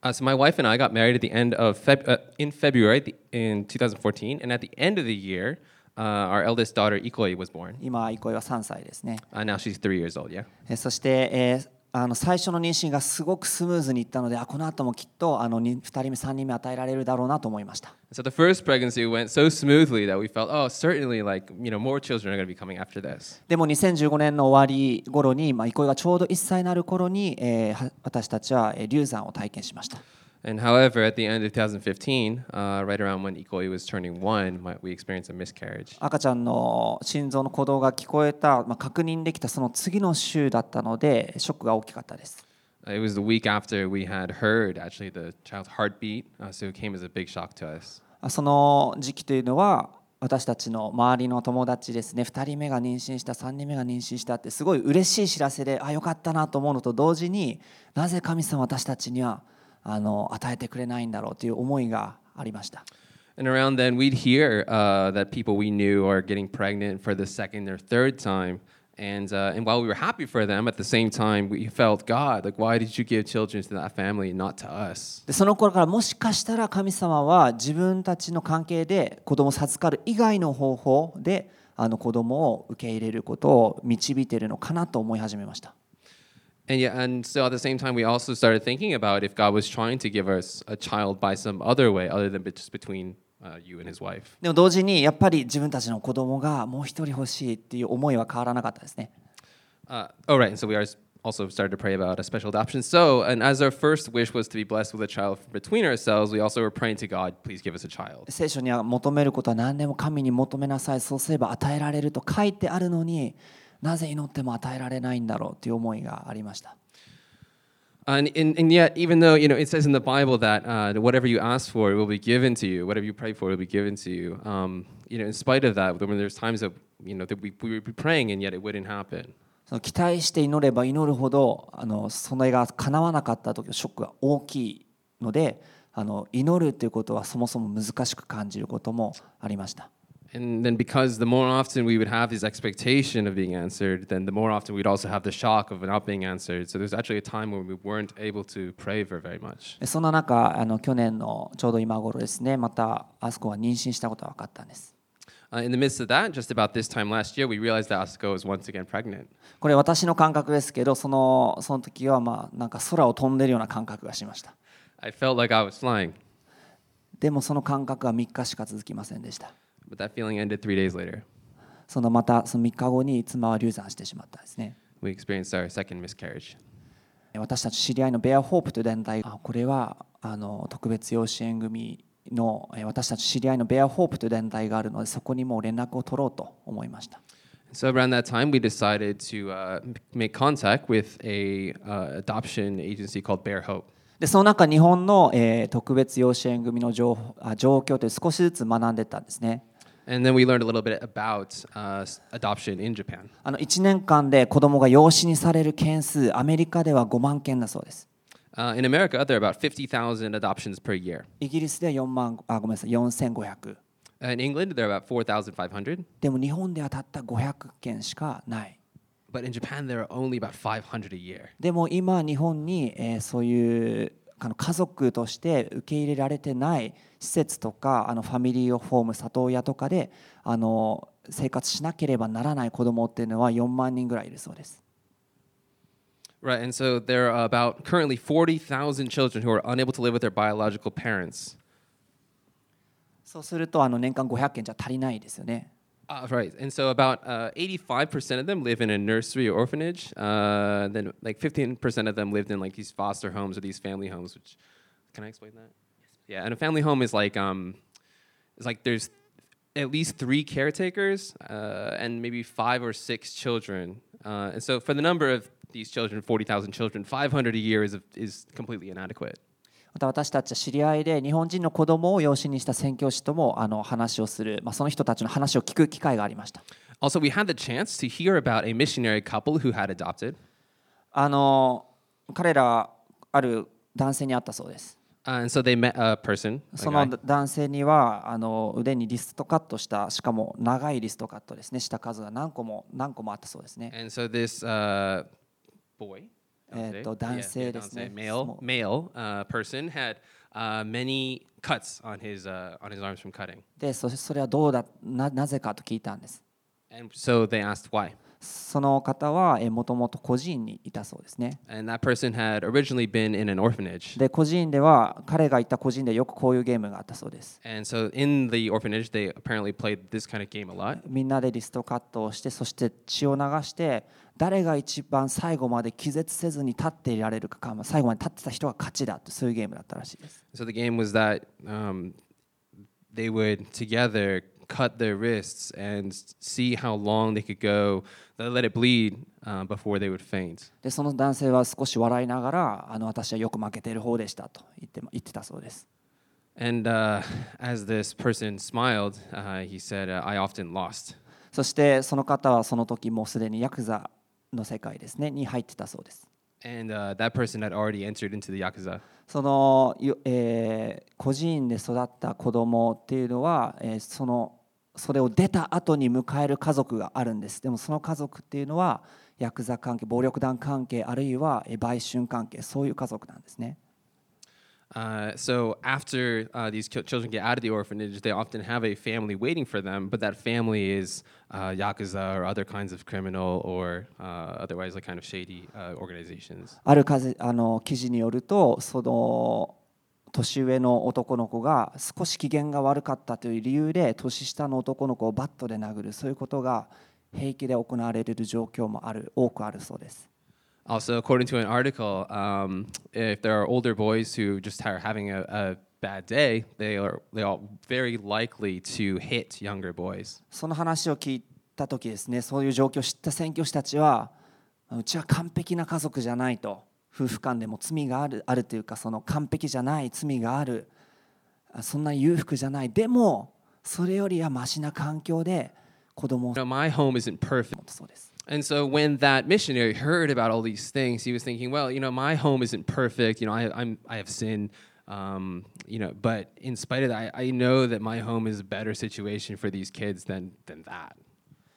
Speaker 4: Uh, so my wife and I got married at the end of Feb- uh, in February the, in 2014, and at the end of the year, uh, our eldest daughter Ikoi was born.
Speaker 3: 今憩いは3歳ですね
Speaker 4: Uh, now she's three years old. Yeah.
Speaker 3: えーそして、えーあの最初の妊娠がすごくスムーズにいったのであこの後もきっとあのに2人目3人目与えられるだろうなと思いました
Speaker 4: So the first pregnancy went so smoothly that we felt, oh, certainly, like you know, more children are going to be coming after this.
Speaker 3: でも2015年の終わり頃に、まあ、憩いがちょうど1歳になる頃に、えーは私たちはえー流産を体験しました
Speaker 4: And however, at the end of 2015, uh, right around when Ikoi was turning one, my, we experienced a miscarriage.
Speaker 3: 赤ちゃんの心臓の鼓動が聞こえた、まあ、確認できたその次の週だったのでショックが大きかったです、
Speaker 4: It was the week after we had heard actually the child's heartbeat, uh, so it came as a big shock to us.
Speaker 3: あその時期というのは私たちの周りの友達ですね2人目が妊娠した3人目が妊娠したってすごい嬉しい知らせであよかったなと思うのと同時になぜ神様は私たちにはあの与えてくれないんだろうという思いがありました
Speaker 4: And around then, we'd hear uh, that people we knew are getting pregnant for the second or third time. And, uh, and while we were happy for them, at the same time, we felt, God, like, why did you give children to that family and not to us?
Speaker 3: でその頃からもしかしたら神様は自分たちの関係で子供を授かる以外の方法であの子供を受け入れることを導いているのかなと思い始めました。
Speaker 4: And, yeah, and so at the same time, we also started thinking about if God was trying to give us a child by some other way other than be- just between uh, you and his wife.
Speaker 3: でも同時にやっぱり自分たちの子供がもう一人欲しいっていう思いは変わらなかったですね。
Speaker 4: Uh, oh, right. And so we are also started to pray about a special adoption. So, and as our first wish was to be blessed with a child from between ourselves, we also were praying to God, please give us a child.
Speaker 3: 聖書には求めることは何でも神に求めなさいそうすれば与えられると書いてあるのになぜ祈っても与えられないんだろうという思いがありました。
Speaker 4: Uh, And, and, and yet, even though you know it says in the Bible that uh, whatever you ask for, it will be given to you. Whatever you pray for, it will be given to you. Um, you know, in spite of that, when there's times that you know that we, we would be praying and yet it wouldn't happen.
Speaker 3: その期待して祈れば祈るほどあのそれが叶わなかった時のショックが大きいのであの祈るということはそもそも難しく感じることもありました。
Speaker 4: And then because the more often we would have this expectation of being answered, then the more often we'd also have the shock of not being answered. So there's actually a time when we weren't able to pray for very much.
Speaker 3: でそんな中あの去年のちょうど今頃ですねまたあそこは妊娠したことが分かったんです。
Speaker 4: Uh, in the midst of that, just about this time last year, we realized that Asuko was once again pregnant.
Speaker 3: これ私の感覚ですけどそのその時はまあなんか空を飛んでるような感覚がしました
Speaker 4: I felt like I was flying,
Speaker 3: でもその感覚は3日しか続きませんでした
Speaker 4: but that feeling ended three days later.
Speaker 3: そのまたその3日後に妻は流産してしまったんですね
Speaker 4: We experienced our second miscarriage.
Speaker 3: 私たち知り合いのベアホープという団体あこれはあの特別養子縁組のえ私たち知り合いのベアホープという団体があるのでそこにもう連絡を取ろうと思いました
Speaker 4: So around that time, we decided to uh, m- make contact with a uh, adoption agency called Bear Hope.
Speaker 3: でその中日本の、えー特別養子縁組の情報あ状況という少しずつ学んでったんですね
Speaker 4: And then we learned a little bit about uh, s- adoption in Japan.
Speaker 3: あの1年間で子供が養子にされる件数アメリカでは5万件だそうです
Speaker 4: Uh, in America, there are about 50,000 adoptions per year.
Speaker 3: イギリスでは4万あごめんなさい4500
Speaker 4: Uh, In England, there are about 4,500.
Speaker 3: でも日本ではたった500件しかない
Speaker 4: But in Japan, there are only about 500 a year.
Speaker 3: でも今日本に、えーそういうあの家族として受け入れられてない施設とかあのファミリーホーム里親とかであの生活しなければならない子供っていうのは4万人ぐらいいるそうです
Speaker 4: Right, and so there are about currently 40,000 children who are unable to live with their biological parents.
Speaker 3: そうするとあの年間500件じゃ足りないですよね
Speaker 4: Uh, right, and so about uh, 85% of them live in a nursery or orphanage. Uh, then, like 15% of them lived in like these foster homes or these family homes. Which can I explain that? Yeah, and a family home is like um, it's like there's at least three caretakers uh, and maybe five or six children. Uh, and so, for the number of these children, 40,000 children, 500 a year is a, is completely inadequate.
Speaker 3: また私たちは知り合いで日本人の子供を養子にした宣教師ともあの話をする、まあ、その人たちの話を聞く機会がありました
Speaker 4: Also, we had the chance to hear about a missionary couple who had adopted.
Speaker 3: あの彼らはある男性に会ったそうです
Speaker 4: Uh, and so they met a person. a
Speaker 3: そ
Speaker 4: guy.
Speaker 3: の男性にはあの腕にリストカットしたしかも長いリストカットですねした数が何個も何個もあったそうですね
Speaker 4: And so this uh, boy,
Speaker 3: えーと、男性ですね。
Speaker 4: male
Speaker 3: そう。
Speaker 4: male uh, person had uh, many cuts on his uh, on his arms from cutting.
Speaker 3: でそそれはどうだななぜかと聞いたんです
Speaker 4: And so they asked why.
Speaker 3: その方はもともと孤児院にいたそうですね
Speaker 4: And that person had originally been in an orphanage.
Speaker 3: で孤児院では彼がいた孤児院でよくこういうゲームがあったそうです
Speaker 4: And so in the orphanage, they apparently played this kind of game a lot.
Speaker 3: みんなでリストカットをしてそして血を流して誰が一番最後まで気絶せずに立っていられるかか最後まで立ってた人が勝ちだってそういうゲームだったらしいです
Speaker 4: So the game was that um, they would together cut their wrists and see how long they could go. They let it bleed uh, before they would faint.
Speaker 3: でその男性は少し笑いながらあの私はよく負けている方でしたと言って言ってたそうです
Speaker 4: And uh, as this person smiled, uh, he said, uh, I often lost.
Speaker 3: そしてその方はその時もうすでにヤクザの世界ですねに入ってたそうです
Speaker 4: And uh, that person had already entered into the Yakuza.
Speaker 3: その、よえー孤児院で育った子供っていうのは、えーそのそれを出た後に迎える家族があるんですでもその家族っていうのはヤクザ関係暴力団関係あるいはえー売春関係そういう家族なんですね
Speaker 4: Uh, so after uh, these ki- children get out of the orphanage, they often have a family waiting for them, but that family is uh, Yakuza or other kinds of criminal or uh, otherwise like kind of shady uh, organizations.
Speaker 3: ある風あの記事によるとその年上の男の子が少し機嫌が悪かったという理由で年下の男の子をバットで殴るそういうことが平気で行われる状況もある多くあるそうです
Speaker 4: Also, according to an article, um, if there are older boys who just are having a, a bad day, they are they are very likely to hit younger boys.
Speaker 3: その話を聞いた時ですねそういう状況を知った宣教師たちはうちは完璧な家族じゃないと夫婦間でも罪があるあるというかその完璧じゃない罪があるあそんな裕福じゃないでもそれよりはマシな環境で子供を
Speaker 4: You know, my home isn't perfect.
Speaker 3: そうです。
Speaker 4: And so when that missionary heard about all these things, he was thinking, well, you know, my home isn't perfect. You know, I, I'm, I have sin. Um, you know, but in spite of that, I, I know that my home is a better situation for these kids than, than that.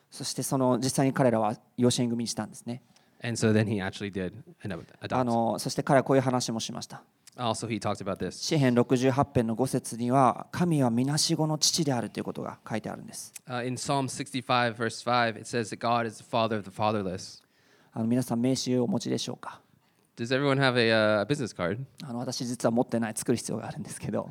Speaker 3: そしてその実際に彼らは養子縁組にしたんですね。
Speaker 4: And so then he actually did end up with
Speaker 3: あ
Speaker 4: adopt.
Speaker 3: のそして彼はこういう話もしました。
Speaker 4: Also, he talked about this.
Speaker 3: 詩編68編の5節には神はみなしごの父であるということが書いてあるんです
Speaker 4: Uh, in Psalm 65, verse 5, it says that God is the father of the fatherless.
Speaker 3: あの皆さん名刺をお持ちでしょうか
Speaker 4: Does everyone have a, uh, a business card?
Speaker 3: あの私実は持ってない作る必要があるんですけど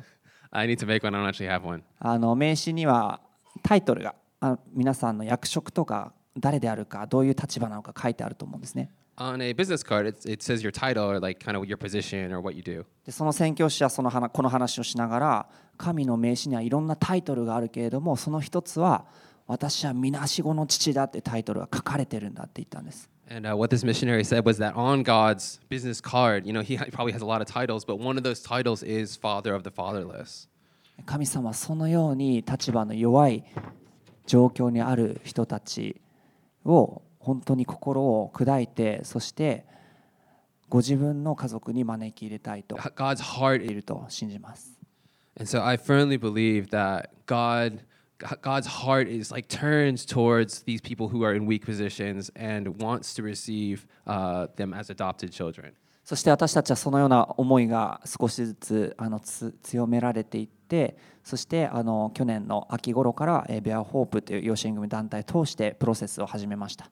Speaker 4: I need to make one. I don't actually have one.
Speaker 3: あの名刺にはタイトルがあの皆さんの役職とか誰であるかどういう立場なのか書いてあると思うんですね
Speaker 4: On a business card, it, it says your title or like kind of your position or what you do.
Speaker 3: でその宣教師はその話この話をしながら神の名刺にはいろんなタイトルがあるけれどもその一つは「私はみなしごの父だ」ってタイトルが書かれてるんだって言ったんです
Speaker 4: And uh, what this missionary said was that on God's business card, you know, he ha- probably has a lot of titles, but one of those titles is father of the fatherless.
Speaker 3: 神様はそのように立場の弱い状況にある人たちを本当に心を砕いてそしてご自分の家族に招き入れたいと
Speaker 4: H- God's heart
Speaker 3: いると信じます。
Speaker 4: And so I firmly believe that God God's heart is like turns towards these people who are in weak positions and wants to receive uh, them as adopted children.
Speaker 3: そして私たちはそのような思いが少しずつあのつ強められていってそしてあの去年の秋頃からえーベアホープという養子縁組団体を通してプロセスを始めました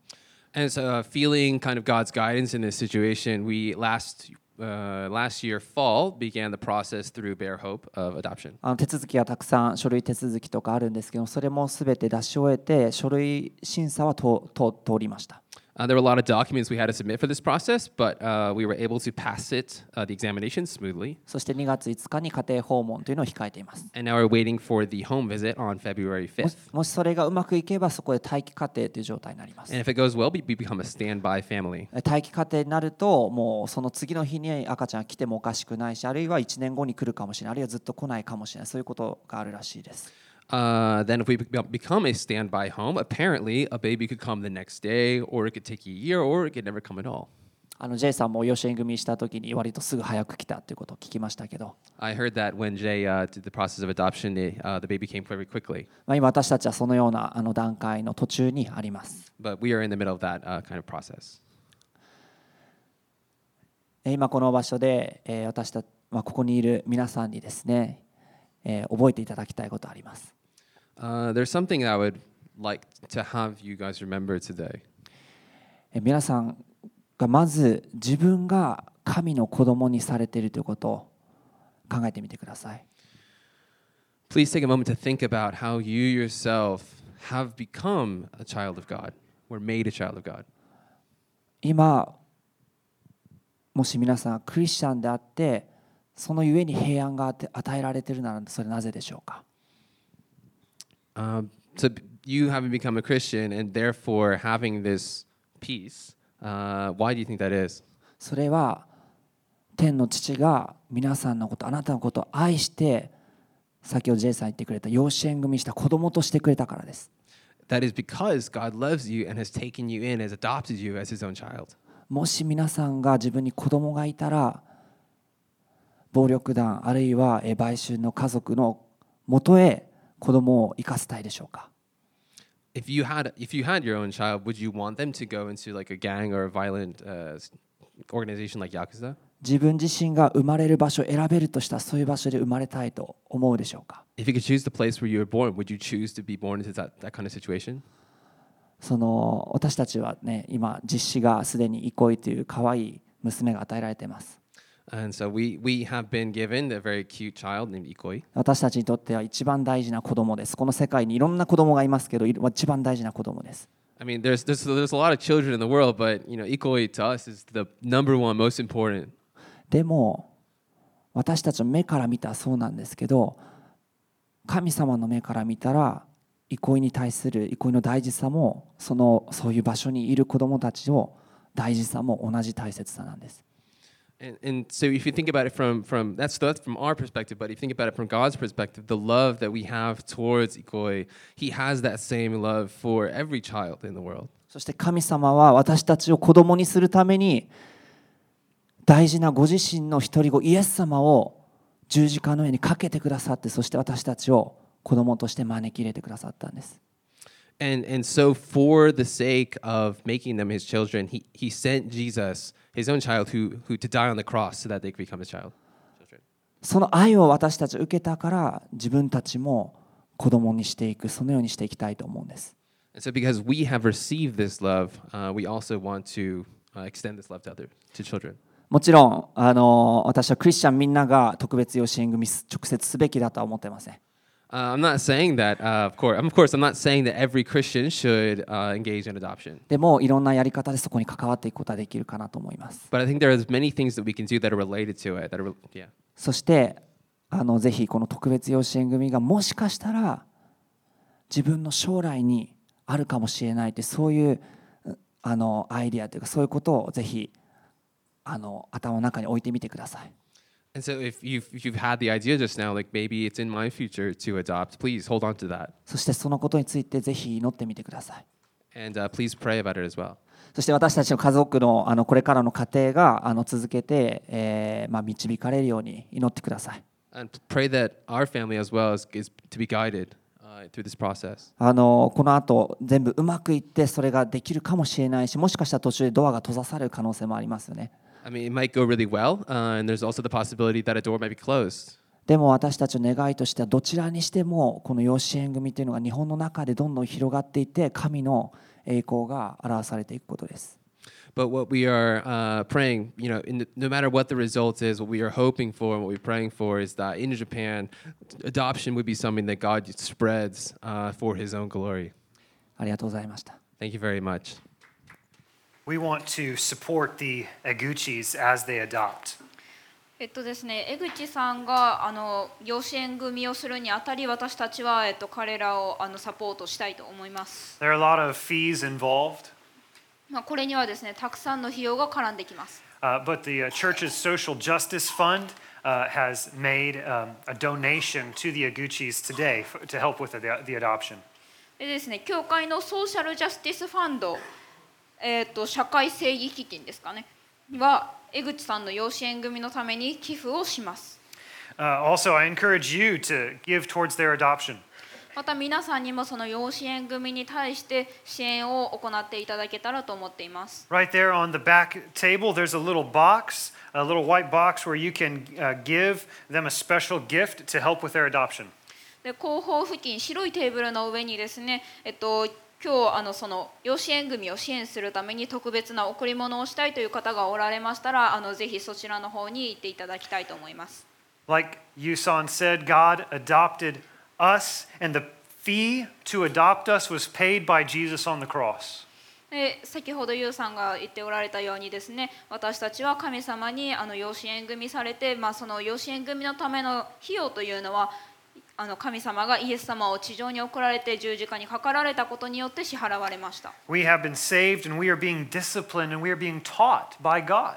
Speaker 4: And so uh, feeling kind of God's guidance in this situation, we last uh, last year fall began the process through Bear Hope of adoption.
Speaker 3: あの手続きがたくさん書類手続きとかあるんですけどそれも全て出し終えて書類審査は通通通りました
Speaker 4: Uh, there were a lot of documents we had to submit for this process, but uh, we were able to pass it uh, the examination smoothly.
Speaker 3: そして2月5日に家庭訪問というのを控えています
Speaker 4: And now we're waiting for the home visit on February
Speaker 3: も
Speaker 4: 5th.
Speaker 3: しもしそれがうまくいけばそこで待機家庭という状態になります
Speaker 4: And if it goes well, we, we become a standby family.
Speaker 3: 待機家庭になるともうその次の日に赤ちゃんが来てもおかしくないしあるいは1年後に来るかもしれないあるいはずっと来ないかもしれないそういうことがあるらしいです、
Speaker 4: Uh, then, if we be- become a standby home, apparently a baby could come the next day, or it could take a year, or it could never come at all.
Speaker 3: あの J さんも養子縁組した時に割とすぐ早く来たっていうことを聞きましたけど、
Speaker 4: I heard that when Jay uh, did the process of adoption, it, uh, the baby came very quickly.
Speaker 3: まあ、今私たちはそのようなあの段階の途中にあります、
Speaker 4: But we are in the middle of that uh, kind of process.
Speaker 3: えー今この場所で、えー私たち、まあ、ここにいる皆さんにですね、えー覚えていただきたいことあります
Speaker 4: Uh, there's something I would like to have you guys remember today.
Speaker 3: えー皆さんがまず自分が神の子供にされているということを考えてみてください
Speaker 4: Please take a moment to think about how you yourself have become a child of God, were made a child of God.
Speaker 3: 今もし皆さんクリスチャンであってそのゆえに平安があて与えられているならそれなぜでしょうか
Speaker 4: Um, so b- you having become a Christian and therefore having this peace, uh, why do you think that is?
Speaker 3: それは天の父が皆さんのことあなたのことを愛して先ほど J さん言ってくれた養子縁組した子供としてくれたからです
Speaker 4: That is because God loves you and has taken you in, has adopted you as His own child.
Speaker 3: もし皆さんが自分に子供がいたら暴力団あるいはえー売春の家族の元へ子供を生かせたいでしょうか
Speaker 4: If you had, if you had your own child, would you want them to go into like a gang or a violent uh, s- organization like Yakuza?
Speaker 3: 自分自身が生まれる場所を選べるとしたらそういう場所で生まれたいと思うでしょうか
Speaker 4: If you could choose the place where you were born, would you choose to be born into that, that kind of situation?
Speaker 3: その私たちはね今実施がすでに憩いという可愛い娘が与えられています
Speaker 4: And so we, we have been given a very cute child named Ikoi.
Speaker 3: 私たちにとっては一番大事な子供ですこの世界にいろんな子供がいますけどいろ一番大事な子供です
Speaker 4: I mean, there's, there's there's a lot of children in the world, but you know, equally to us is the number one most important.
Speaker 3: でも私たちの目から見たらそうなんですけど神様の目から見たら憩いに対する憩いの大事さもそのそういう場所にいる子供たちの大事さも同じ大切さなんです
Speaker 4: And, and so, if you think about it from from that's that's from our perspective, but if you think about it from God's perspective, the love that we have towards Ikoi, He has that same love for every child in the world.
Speaker 3: そして神様は私たちを子供にするために大事なご自身の一人子イエス様を十字架の上にかけてくださってそして私たちを子供として招き入れてくださったんです。
Speaker 4: And and so, for the sake of making them His children, He He sent Jesus, His own child, who who to die on the cross so that they could become His child.
Speaker 3: その愛を私たち受けたから自分たちも子供にしていくそのようにしていきたいと思うんです
Speaker 4: And so, because we have received this love, uh, we also want to uh, extend this love to other to children.
Speaker 3: もちろんあの私はクリスチャンみんなが特別養子縁組す直接すべきだとは思ってません
Speaker 4: Uh, I'm not saying that, uh, of course. Of course, I'm not saying that every Christian should uh, engage in adoption.
Speaker 3: でもいろんなやり方でそこに関わっていくことはできるかなと思います
Speaker 4: But I think there are many things that we can do that are related to it. That are, re- yeah.
Speaker 3: そしてあのぜひこの特別養子縁組がもしかしたら自分の将来にあるかもしれないってそういううあのアイディアというかそういうことをぜひあの頭の中に置いてみてください
Speaker 4: And so, if you've, if you've had the idea just now, like maybe it's in my future to adopt, please hold on to that.
Speaker 3: そしてそのことについてぜひ祈ってみてください
Speaker 4: And uh, please pray about it as well.
Speaker 3: そして私たちの家族のあのこれからの家庭があの続けて、えーまあ、導かれるように祈ってください
Speaker 4: And p- pray that our family as well is, is to be guided uh, through this process.
Speaker 3: あのこのあと全部うまくいってそれができるかもしれないしもしかしたら途中でドアが閉ざされる可能性もありますよね
Speaker 4: I mean, it might go really well, uh, and there's also the possibility that a door might be closed.
Speaker 3: でも私たちの願いとしてはどちらにしてもこの養子縁組というのが日本の中でどんどん広がっていって神の栄光が表されていくことです
Speaker 4: But what we are uh, praying, you know, in the, no matter what the result is, what we are hoping for and what we're praying for is that in Japan, adoption would be something that God spreads uh, for His own glory.
Speaker 3: ありがとうございました
Speaker 4: Thank you very much.
Speaker 1: We want to support the Aguchis as they adopt.
Speaker 2: えっとですね、江口さんがあの養子縁組をするにあたり私たちは、えっと、彼らをあのサポートしたいと思います、
Speaker 1: There are a lot of fees involved,
Speaker 2: まあ、これにはですねたくさんの費用が絡んできます
Speaker 1: uh, but the uh, church's social justice fund uh, has made um, a donation to the Aguchis today f- to help with the, the adoption.
Speaker 2: でですね教会のソーシャルジャスティスファンド、えー、と社会正義基金ですかねは江口さんの養子縁組のために寄付をします
Speaker 1: Uh, also, I encourage you to give towards their adoption.
Speaker 2: また皆さんにもその養子縁組に対して支援を行っていただけたらと思っています
Speaker 1: Right there on the back table, there's a little box, a little white box where you can uh, give them a special gift to help with their adoption.
Speaker 2: で後方付近白いテーブルの上にですね、えっと、今日あのその養子縁組を支援するために特別な贈り物をしたいという方がおられましたらあのぜひそちらの方に行っていただきたいと思います
Speaker 1: Like Yusan said, God adopted us, and the fee to adopt us was paid by Jesus on the cross.
Speaker 2: で先ほどユウさんが言っておられたようにですね私たちは神様にあの養子縁組されて、まあ、その養子縁組のための費用というのはあの神様がイエス様を地上に送られて十字架にかかられたことによって支払われました
Speaker 1: We have been saved, and we are being disciplined, and we are being taught by God.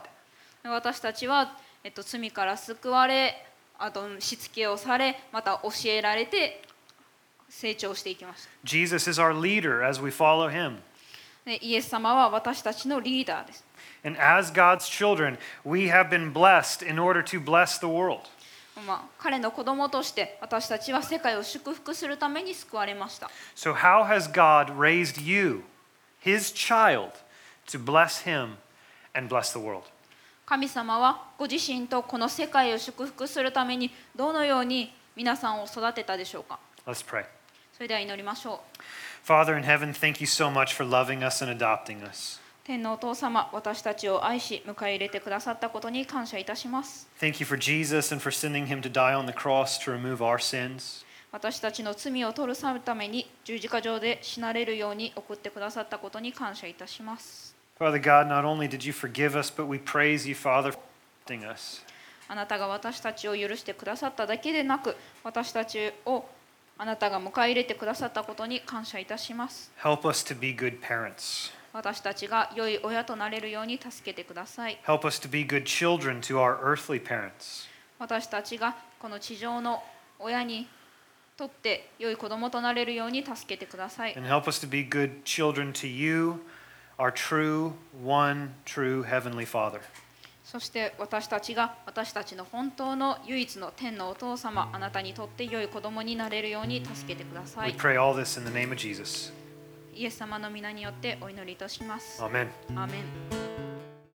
Speaker 2: 私たちは、えっと、罪から救われあとしつけをされまた教えられて成長していきました
Speaker 1: Jesus is our leader as we follow him.
Speaker 2: でイエス様は私たちのリーダーです
Speaker 1: And as God's children, we have been blessed in order to bless the world.
Speaker 2: まあ、彼の子供として私たちは世界を祝福するために救われました
Speaker 1: So, how has God raised you, his child, to bless him and bless the world?
Speaker 2: 神様はご自身とこの世界を祝福するためにどのように皆さんを育てたでしょうか
Speaker 1: Let's pray.
Speaker 2: それでは祈りましょう
Speaker 1: Father in heaven, thank you so much for loving us and adopting us.
Speaker 2: 天皇お父様私たちを愛し迎え入れてくださったことに感謝いたします
Speaker 1: Thank you for Jesus and for sending him to die on the cross to remove our sins.
Speaker 2: 私たちの罪を取るために十字架上で死なれるように送ってくださったことに感謝いたします。
Speaker 1: Father God, not only did you forgive us, but we praise you, Father, for adopting us.
Speaker 2: あなたが私たちを許してくださっただけでなく、私たちをあなたが迎え入れてくださったことに感謝いたします。
Speaker 1: Help us to be good parents.
Speaker 2: 私たちが良い親となれるように助けてください。
Speaker 1: Help us to be good children to our earthly parents.
Speaker 2: 私たちがこの地上の親にとって良い子供となれるように助けてください。
Speaker 1: And help us to be good children to you, our true, one, true Heavenly Father.
Speaker 2: そして私たちが私たちの本当の唯一の天のお父様あなたにとって良い子供になれるように助けてくださ
Speaker 1: We
Speaker 2: い
Speaker 1: pray all this in the name of Jesus.
Speaker 2: イエス様の皆によってお祈りいたしますア
Speaker 1: アーメン
Speaker 2: ーメン